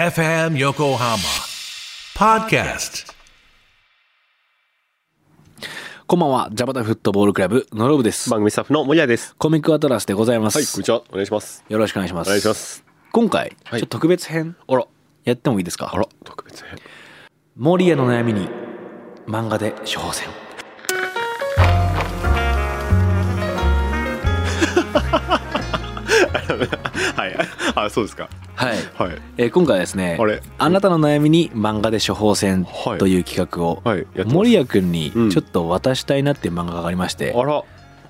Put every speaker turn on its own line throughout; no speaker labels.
FM Yokohama Podcast.
こんばんは、ジャパタフットボールクラブのロブです。
番組スタッフの森谷です。
コミックアトラスでございます。
はい、こんにちは。お願いします。
よろしくお願いします。
お願いします。
今回、
はい
ちょっと特別編
あら、
やってもいいですか
あら、特別編。
森谷の悩みに漫画で処方箋。
はい、あ、そうですか。
はい。
はい。
えー今回はですね
あれ
あなたの悩みに漫画で処方箋
はい
という企画を、
はいやってます
森谷くんに
うん
ちょっと渡したいなっていう漫画がありまして、
あら、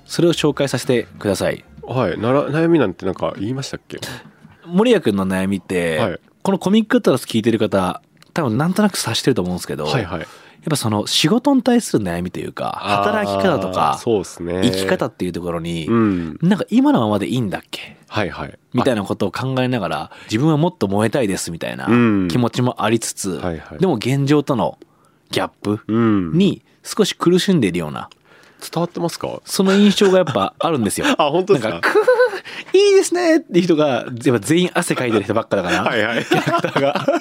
それを紹介させてください。
はい、なら、悩みなんてなんか言いましたっけ。
森谷くんの悩みって、
はい
このコミックアトラス聞いてる方、多分なんとなく察してると思うんですけど、
はいはい。
やっぱその仕事に対する悩みというか働き方と
あー
か
そうですね。
生き方。っていうところに
うん。
なんか今のままでいいんだっけ
はいはい。
みたいなことを考えながら自分はもっと燃えたいですみたいな
うん
気持ちもありつつ
はいはい
でも現状とのギャップ
あ。うん。伝
に少し苦しんでいるような
わってますか。
その印象がやっぱあるんですよ。
あ、本当です
なん
か
か。 いいですねっていう人がやっぱ全員汗かいてる人ばっかだ から、
はいはい。キャラクターが。確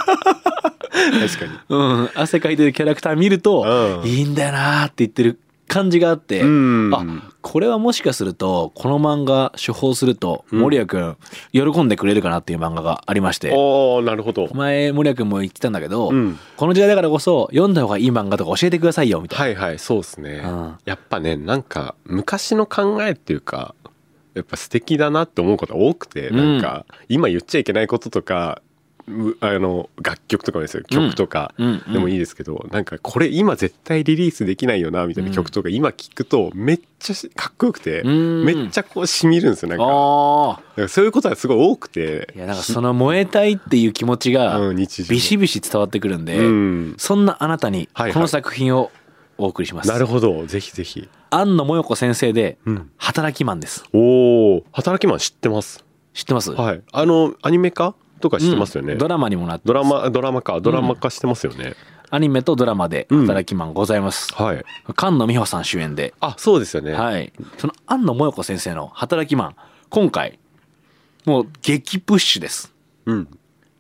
かに。
うん、汗かいてるキャラクター見ると、
うん
いいんだよなーって言ってる感じがあって、
うん
あこれはもしかするとこの漫画処方すると森谷くん喜んでくれるかなっていう漫画がありまして、
おお、なるほど。
前森谷くんも言ってたんだけど、
うん
この時代だからこそ読んだ方がいい漫画とか教えてくださいよみたいな。
はいはい、そうですね
うん。
やっぱね、なんか昔の考えっていうか。やっぱ素敵だなって思うことが多くて、
うん
なんか今言っちゃいけないこととか。うあの楽曲とかもですよ曲とか
うんうん
でもいいですけど、なんかこれ今絶対リリースできないよなみたいな曲とか今聴くとめっちゃしかっこよくて
うん
めっちゃこうしみるんですよなんか
あ
なんかそういうことがすごい多くて
ーいやなんかその燃えたいっていう気持ちが
うん
ビ
日常
シビシ伝わってくるんで、
うん
そんなあなたに
はいはい
この作品をお送りします。
なるほどぜひぜひ
庵野もよこ先生で
うん
「働きマン」です。
おお働きマン知ってます
知ってます、
はい。あの、アニメ化とかしてますよね。
うんド
ドラ
ラマにもなって
マ、ドラマか、ドラマ化してますよね。
アニメとドラマで「働きマン」ございます。
はい。
菅野美穂さん主演で、
あ、そうですよね。
はい、その庵野もよこ先生の「働きマン」今回もう激プッシュです
うん。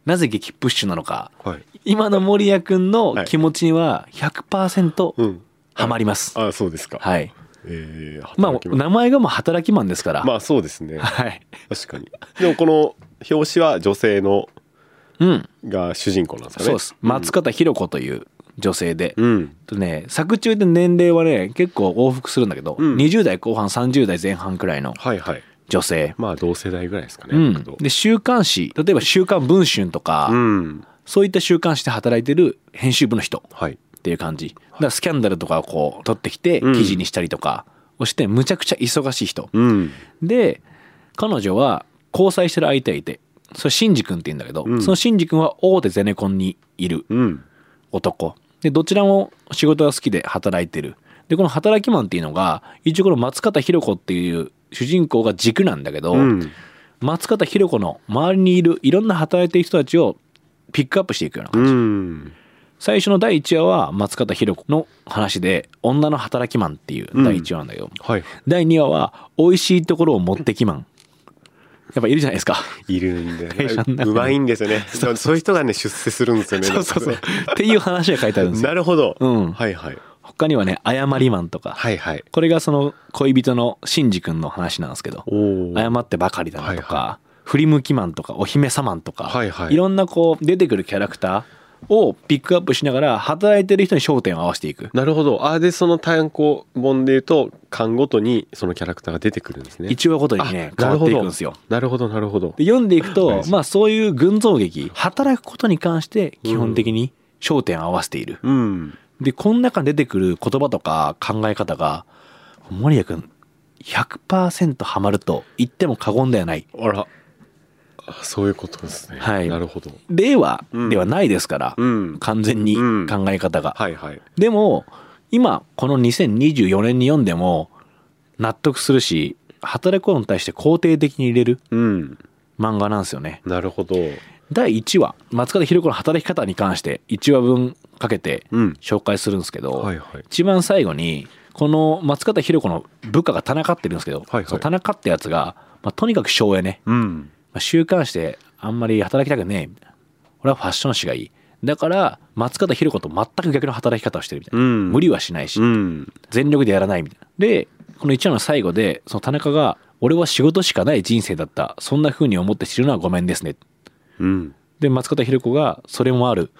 なぜ激プッシュなのか
はい。
今の森谷くんの気持ちには
う
100%
ん。
ハマります、
あ、そうですか。い。
はい
えー、
まあ
働きマン
名前がもう働きマンですから、
まあ、そうですね。
はい
確かに。でも、この表紙は女性の
うん
が主人公なんですかね。
そうです松方弘子という女性で、
うん。
とね作中で年齢はね結構往復するんだけど、
うん
20代後半30代前半くらいの
はいはい。
女性、
まあ、同世代ぐらいですかね。
うん
僕と、
で週刊誌例えば「週刊文春」とか、
うん。
そういった週刊誌で働いてる編集部の人っ
はい。
ていう感じだからスキャンダルとかをこう取ってきて
うん
記事にしたりとかをしてむちゃくちゃ忙しい人、
うん。
で彼女は交際してる相手がいてそれシンジ君って言うんだけど、
うん
そのシンジ君は大手ゼネコンにいる
うん。
男でどちらも仕事が好きで働いてるでこの働きマンっていうのが一応この松方弘子っていう主人公が軸なんだけど、
うん。
松方弘子の周りにいるいろんな働いてる人たちをピックアップしていくような
うん。
最初の第1話は松方弘子の話で「女の働きマン」っていう第1話なんだけど、
はい。
第2話は「美味しいところを持ってきマン」やっぱいるじゃないですか
いるんだよ
会社の中
ね。
に
うまいんですよね。そうそういう人がね、出世するんですよ ね。
そうそうそうっていう話が書いてあるんですよ
なるほど。
うん
はいはい。
他にはね「謝りマン」とか、
はいはい。
これがその恋人のシンジ君の話なんですけど
お
謝
お。
ってばかりだなとか、
はい
振り向きマンとかお姫様マンとか、
はいはい
ろんなこう出てくるキャラクターをピックアップしながら働いてる人に焦点を合わせていく、
なるほど。あでその単行本でいうと巻ごとにそのキャラクターが出てくるんですね。
一話ごとにね
あ
変
な
わ
る
って
ほ
い
ど
くんですよ。
なるほどなるほど
で。読んでいく
は
と
い
まあそういう群像劇働くことに関して基本的に焦点を合わせている、
うん。
でこの中に出てくる言葉とか考え方が森谷君100%ハマると言っても過言ではない
あら。あそういうことですね。
はい
なるほど。
令和ではないですから、
うん。
完全に
うん
考え方が、
はいはい。
でも今この2024年に読んでも納得するし働くことに対して肯定的に入れる
うん。
漫画なんですよね
なるほど。
第1話松方弘子の働き方に関して1話分かけて
うん。
紹介するんですけど、
はいはい。
一番最後にこの松方弘子の部下が田中っているんですけど、
はいはい
その田中ってやつが、まあ、とにかく省エネ、
うん。
まあ、週刊誌であんまり働きたくねえみたいな俺はファッション誌がいいだから松方弘子と全く逆の働き方をしてるみたいな、
うん
無理はしないし、
うん
全力でやらないみたいなでこの1話の最後でその田中が「俺は仕事しかない人生だったそんな風に思って知るのはごめんですね」
うん
で松方弘子が「それもある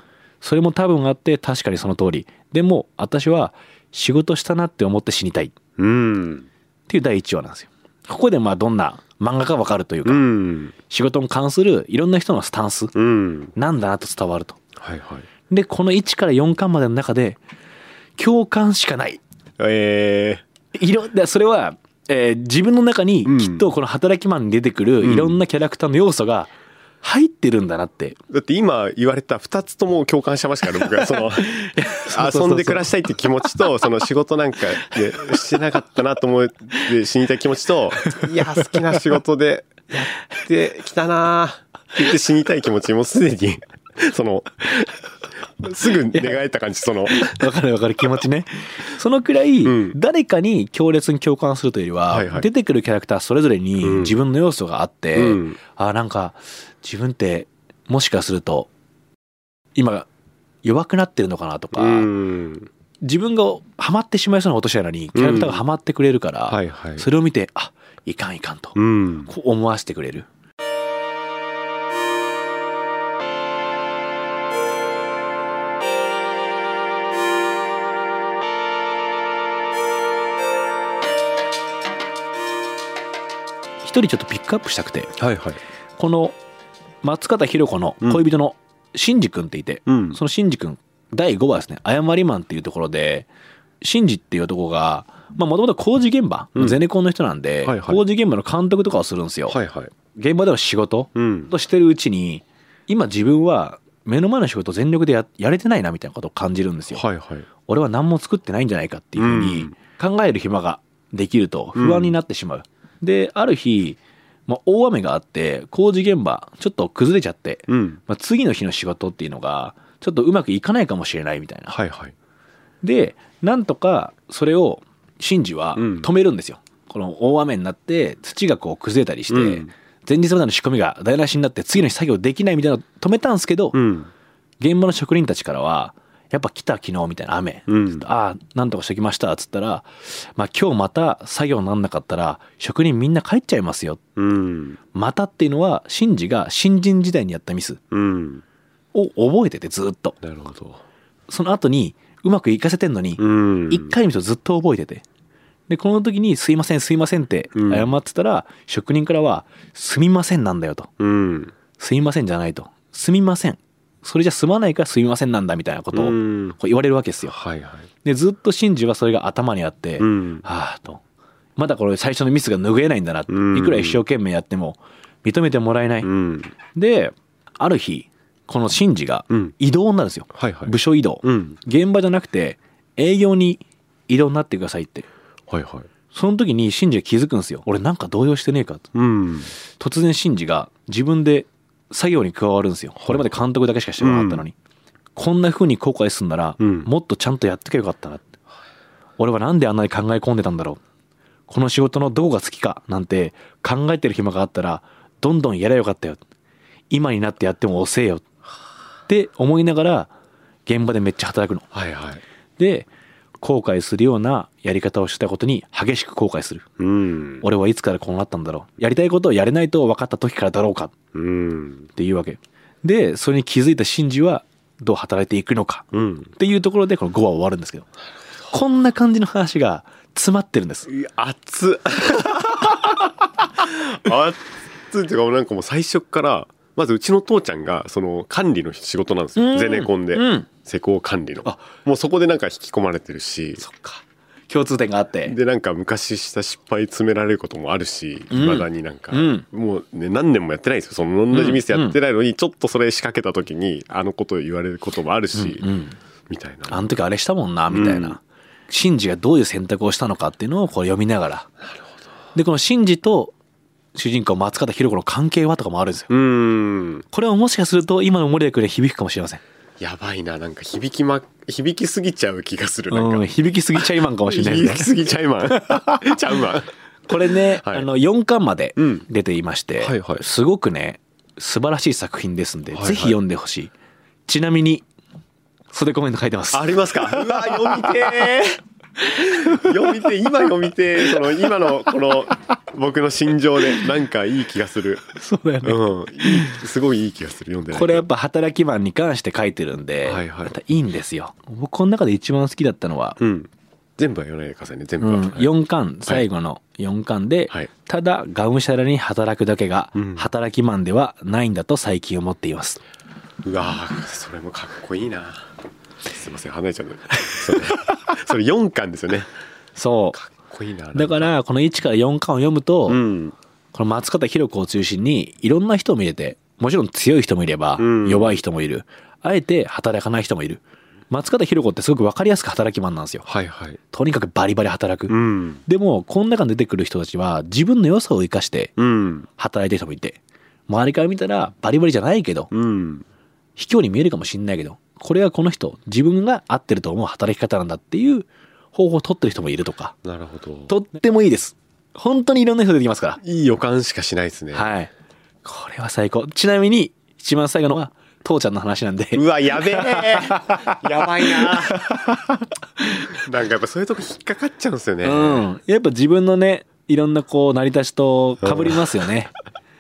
それも多分あって確かにその通りでも私は仕事したなって思って死にたい」っ
うん
ていう第1話なんですよここでまあどんな漫画かわかるというか、
うん
仕事に関するいろんな人のスタンス
うん
なんだなと伝わると
はいはい
でこの1から4巻までの中で共感しかない
え
いろでそれは、えー自分の中に
うん
きっとこの働きマンに出てくるいろんなキャラクターの要素が入ってるんだなって、
ー、だって今言われた2つとも共感してましたから僕はそ の
そうそうそう
遊んで暮らしたいって気持ちとその仕事なんかでしてなかったなと思って死にたい気持ちといや好きな仕事でやってきたなーって言って死にたい気持ちもうすでに そのすぐ寝返った感じその
わかるわかる気持ちね。そのくらい
うん、
誰かに強烈に共感するというよりは、
はいはい
出てくるキャラクターそれぞれに
うん
自分の要素があって、
うん
あなんか、自分って、もしかすると、今、弱くなってるのかなとか、
うん
自分がハマってしまいそうな落とし穴に、キャラクターがハマってくれるから、
はいはい
それを見て、あいかんいかんと、
うん
こう思わせてくれる。一人ちょっとピックアップしたくて
はいはい
この松方弘子の恋人のシンジ君っていて、
うん
そのシンジ君第5話ですね「誤りマン」っていうところでシンジっていう男がもともと工事現場、
うん
ゼネコンの人なんで、
はいはい
工事現場の監督とかをするんですよ、
はいはい
現場での仕事
うん
としてるうちに今自分は目の前の仕事を全力でややれてないなみたいなことを感じるんですよ、
はいはい
俺は何も作ってないんじゃないかっていうふうに考える暇ができると不安になってしまう、である日、まあ、大雨があって工事現場ちょっと崩れちゃって、
うん
まあ、次の日の仕事っていうのがちょっとうまくいかないかもしれないみたいな、
はいはい
でなんとかそれをシンジは
うん
止めるんですよ、この大雨になって土がこう崩れたりして、
うん
前日までの仕込みが台無しになって次の日作業できないみたいなの止めたんですけど、
うん
現場の職人たちからはやっぱ来た昨日みたいな雨、
うん
ちょっとああなんとかしてきましたっつったら、まあ、今日また作業になんなかったら職人みんな帰っちゃいますよ
うん
またっていうのはシンジが新人時代にやったミス
うん
を覚えててずっと
なるほど
その後にうまくいかせてんのに
うん
一回のミスをずっと覚えててでこの時に「すいませんすいません」って
うん
謝ってたら、職人からは「すみません」なんだよと
うん
「すみません」じゃないと「すみません」それじゃ済まないから「すみません」なんだみたいなことを
うん
こう言われるわけですよ
はいはい
でずっとシンジはそれが頭にあって、
うん
はあとまだこれ最初のミスが拭えないんだなって、
うん
いくら一生懸命やっても認めてもらえない、
うん
である日このシンジが
うん
移動になるんですよ、
はいはい
部署移動、
うん
現場じゃなくて営業に移動になってくださいって
はいはい
その時にシンジが気づくんですよ俺なんか動揺してねえかと
うん
突然シンジが自分で作業に加わるんですよこれまで監督だけしかしてなかったのに、こんな風に後悔するなら、
うん
もっとちゃんとやってけばよかったなって俺はなんであんなに考え込んでたんだろうこの仕事のどこが好きかなんて考えてる暇があったらどんどんやればよかったよ今になってやっても遅えよって思いながら現場でめっちゃ働くの
はいはい
で後悔するようなやり方をしてたことに激しく後悔する
うん
俺はいつからこうなったんだろうやりたいことをやれないと分かった時からだろうか
うん
っていうわけでそれに気づいたシンジはどう働いていくのか
うん
っていうところでこの5話終わるんですけどこんな感じの話が詰まってるんです
いや熱っ熱いっていうか俺なんかもう最初からまずうちの父ちゃんがその管理の仕事なんです
う
よ
ん
ゼネコンで
うん
施工管理の
あ
もうそこでなんか引き込まれてるし
っか共通点があって
でなんか昔した失敗詰められることもあるし
うん
いまだになんか、
うん
もうね何年もやってないですよその同じミスやってないのにちょっとそれ仕掛けた時にあのこと言われることもあるし、
うん
みたいな
あの時あれしたもんなみたいな、
うん
シンジがどういう選択をしたのかっていうのをこう読みながらでこのシンジと主人公松方弘子の関係はとかもあるんですよ
うーん
これはもしかすると今の森田君で響くかもしれません
やばいななんか響きま響きすぎちゃう気がするなんか、
うん響きすぎちゃいまんかもしれないで
響
す
き
ね
すぎちゃい まんちゃうまん
これね、
はい
あの4巻まで
うん
出ていまして、
はいはい
すごくね素晴らしい作品ですんで、
いはい
ぜひ読んでほしいちなみに袖コメント書いてます
ありますかうわ、読みてー読みてー今読みてーその今のこの僕の心情でなんかいい気がする
そうだよね
うんいいすごいいい気がする読んでない
これやっぱ働きマンに関して書いてるんで、
はいはい
またいいんですよ僕この中で一番好きだったのは、
うん全部は読んでくださいね全部
う
は、
ん、
はい
4巻最後の4巻で、
はい
ただがむしゃらに働くだけが
うん
働きマンではないんだと最近思っています、
うわーそれもかっこいいなすいません離れちゃうの それそれ4巻ですよね
そ
かっこいいな
うだからこの1から4巻を読むと、
うん
この松方弘子を中心にいろんな人を見れてもちろん強い人もいれば
うん
弱い人もいる、あえて働かない人もいる松方弘子ってすごく分かりやすく働きマンなんですよ
はいはい
とにかくバリバリ働く、
うん
でもこの中に出てくる人たちは自分の良さを生かして
うん
働いてる人もいて周りから見たらバリバリじゃないけど
うん
卑怯に見えるかもしんないけどこれはこの人自分が合ってると思う働き方なんだっていう方法を取ってる人もいるとか
なるほど
とってもいいです本当にいろんな人出てきますから
いい予感しかしないですね、
はい。これは最高。ちなみに、一番最後のは、父ちゃんの話なんで、
うわ、やべえ。 やばいな。なんかやっぱそういうとこ引っかかっちゃうんですよね。
う
は
ん。やっぱ自分のね、いろんなこう、成り立ちと被りますよ ね。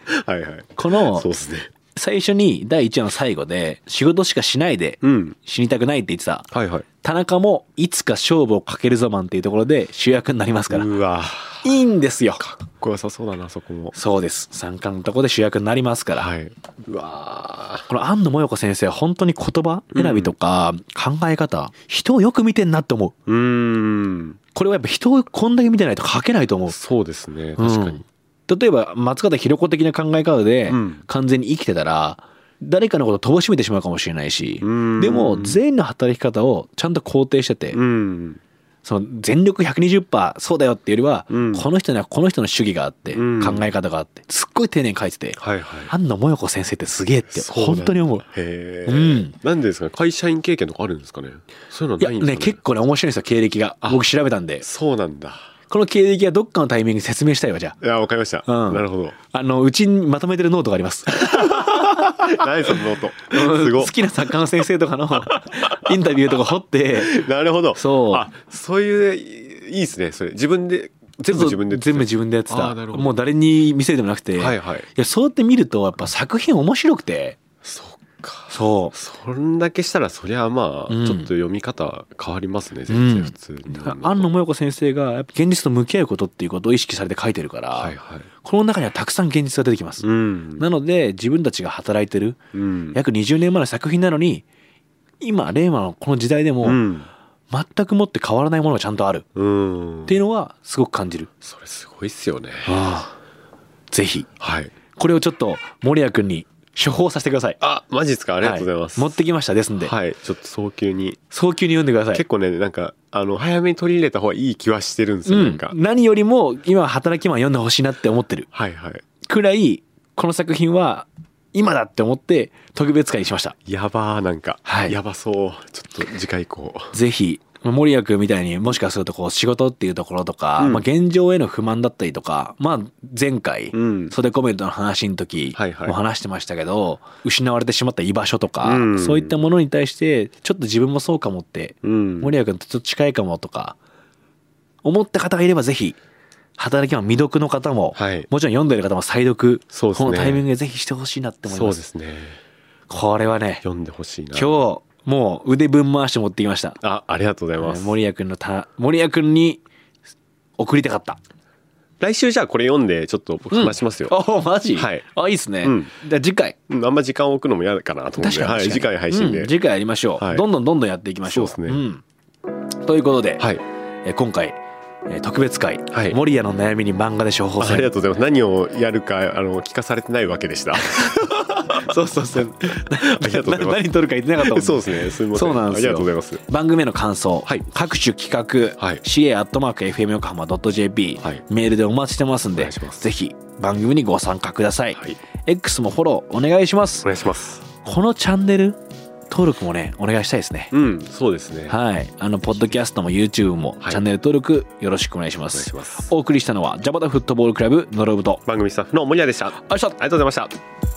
いはい。
この
そう、ですね。
最初に第1話の最後で、仕事しかしないで、
うん。
死にたくないって言ってた、
はいはい。
田中も、いつか勝負をかけるぞマンっていうところで主役になりますから、
うわ、
いいんですよ。
かっこよさそうだな、そこも。
そうです。三冠のところで主役になりますから。
はい。うわ
この安野もよこ先生は本当に言葉選びとか考え方、人をよく見てんなって思う。
うーん。
これはやっぱ人をこんだけ見てないと書けないと思う。
そうですね、確かに。
うん例えば松方弘子的な考え方で
うん
完全に生きてたら誰かのことを乏しめてしまうかもしれないし
うん
でも全員の働き方をちゃんと肯定してて
うん。
その全力120%そうだよっていうよりは
うん
この人にはこの人の主義があって考
うん
え方があってすっごい丁寧に書いてて
はいはい。
安野もよこ先生ってすげえって
そうなんだ
本当に思う。
へえ。
うん
なんでですかね、会社員経験とかあるんですかね。そういうの
い
は
や
ないんです
ね
かね。
結構ね面白いんですよ経歴が僕調べたんで
そうなんだ。
この経歴はどっかのタイミングで説明したいわじゃあ
いや、わかりました。
うん
なるほど。
あのうちにまとめてるノートがあります
何そのノート。 すご
好。きな作家の先生とかの インタビューとか掘って
なるほど。
そう
あ、そういう、いいいですね。それ自分で全部自分で。
全部自分でやって
あ
た
ーなるほど
もう誰に見せてもなくて、
はいはい
やそうやって見るとやっぱ作品面白くて
そっか。
そう
そんだけしたらそりゃまあ、
うん
ちょっと読み方変わりますね。全然
うん
普通に。
だから安野もよこ先生がやっぱ現実と向き合うことっていうことを意識されて書いてるから、
はいはい。
この中にはたくさん現実が出てきます、
うん。
なので自分たちが働いてる
うん。
約20年前の作品なのに今令和のこの時代で
う
も
ん。
全くもって変わらないものがちゃんとある
うん。
っていうのはすごく感じる、
それすごいっすよね。
ああぜひ
はい。
これをちょっと森谷君に処方させてください。
あ、マジですかあ
あ
りがとうございます。
持ってきましたですんで、
はい。ちょっと早急に。
早急に読んでください。
結構ね、なんか、あの、早めに取り入れた方がいい気はしてるんですよ。なんか
うん、。何よりも今働きマン読んでほしいなって思ってる
はいはい。
くらいこの作品は今だって思って特別会にしました。
やばーなんか、
はい
やばそうちょっと次回以降
ぜひ森谷君みたいにもしかするとこう仕事っていうところとか、
うん
まあ、現状への不満だったりとか、まあ、前回、
ん
袖コメントの話の時
はいはい
も話してましたけど失われてしまった居場所とか、
うん
そういったものに対してちょっと自分もそうかもって
うん
森谷君とちょっと近いかもとか思った方がいればぜひ働きは未読の方も、
はい
もちろん読んでる方も再読
そうですね
このタイミングでぜひしてほしいなって思い
そう
ま
ですすね
これはね
読んでほしいな
今日もう腕分回して持ってきました
あありがとうございます、
森谷君のた森谷君に送りたかった
来週じゃあこれ読んでちょっと僕話しますよ、
おおマジ、
はい
あいいっすね、
うん
じゃあ次回
うんあんま時間を置くのも嫌かなと思うん
確かに
で、
確か
は
に
い、次回配信で、
うん次回やりましょう、
はい
どんどんどんどんやっていきましょう
そうですね
んということで、
はい
えー今回えー特別会、
はい
森谷の悩みに漫画で処方
あ
箋
りがとうございます何をやるかあの聞かされてないわけでした
そうそう そう。
ありがとうございま
な
す
何撮るか言ってなかったもん、
そうですねすいません
そうなんですよ。
ありがとうございます
番組への感想、
はい
各種企画、
はい
ca アットマーク fm 横浜 .jp、
はい
メールでお待ちしてますん
お
で、
願いします
ぜひ番組にご参加ください。
はい
X もフォローお願いしま
お
す。
願いします
このチャンネル登録もねお願いしたいですね。
うんそうですねお
はい、あのポッドキャストも YouTube も、
はい
チャンネル登録よろしくお願いしま
願い
す。
します
お送りしたのはジャパタフットボールクラブのロブと、
番組スタッフの森谷でしたあり
あいした。
がとうございました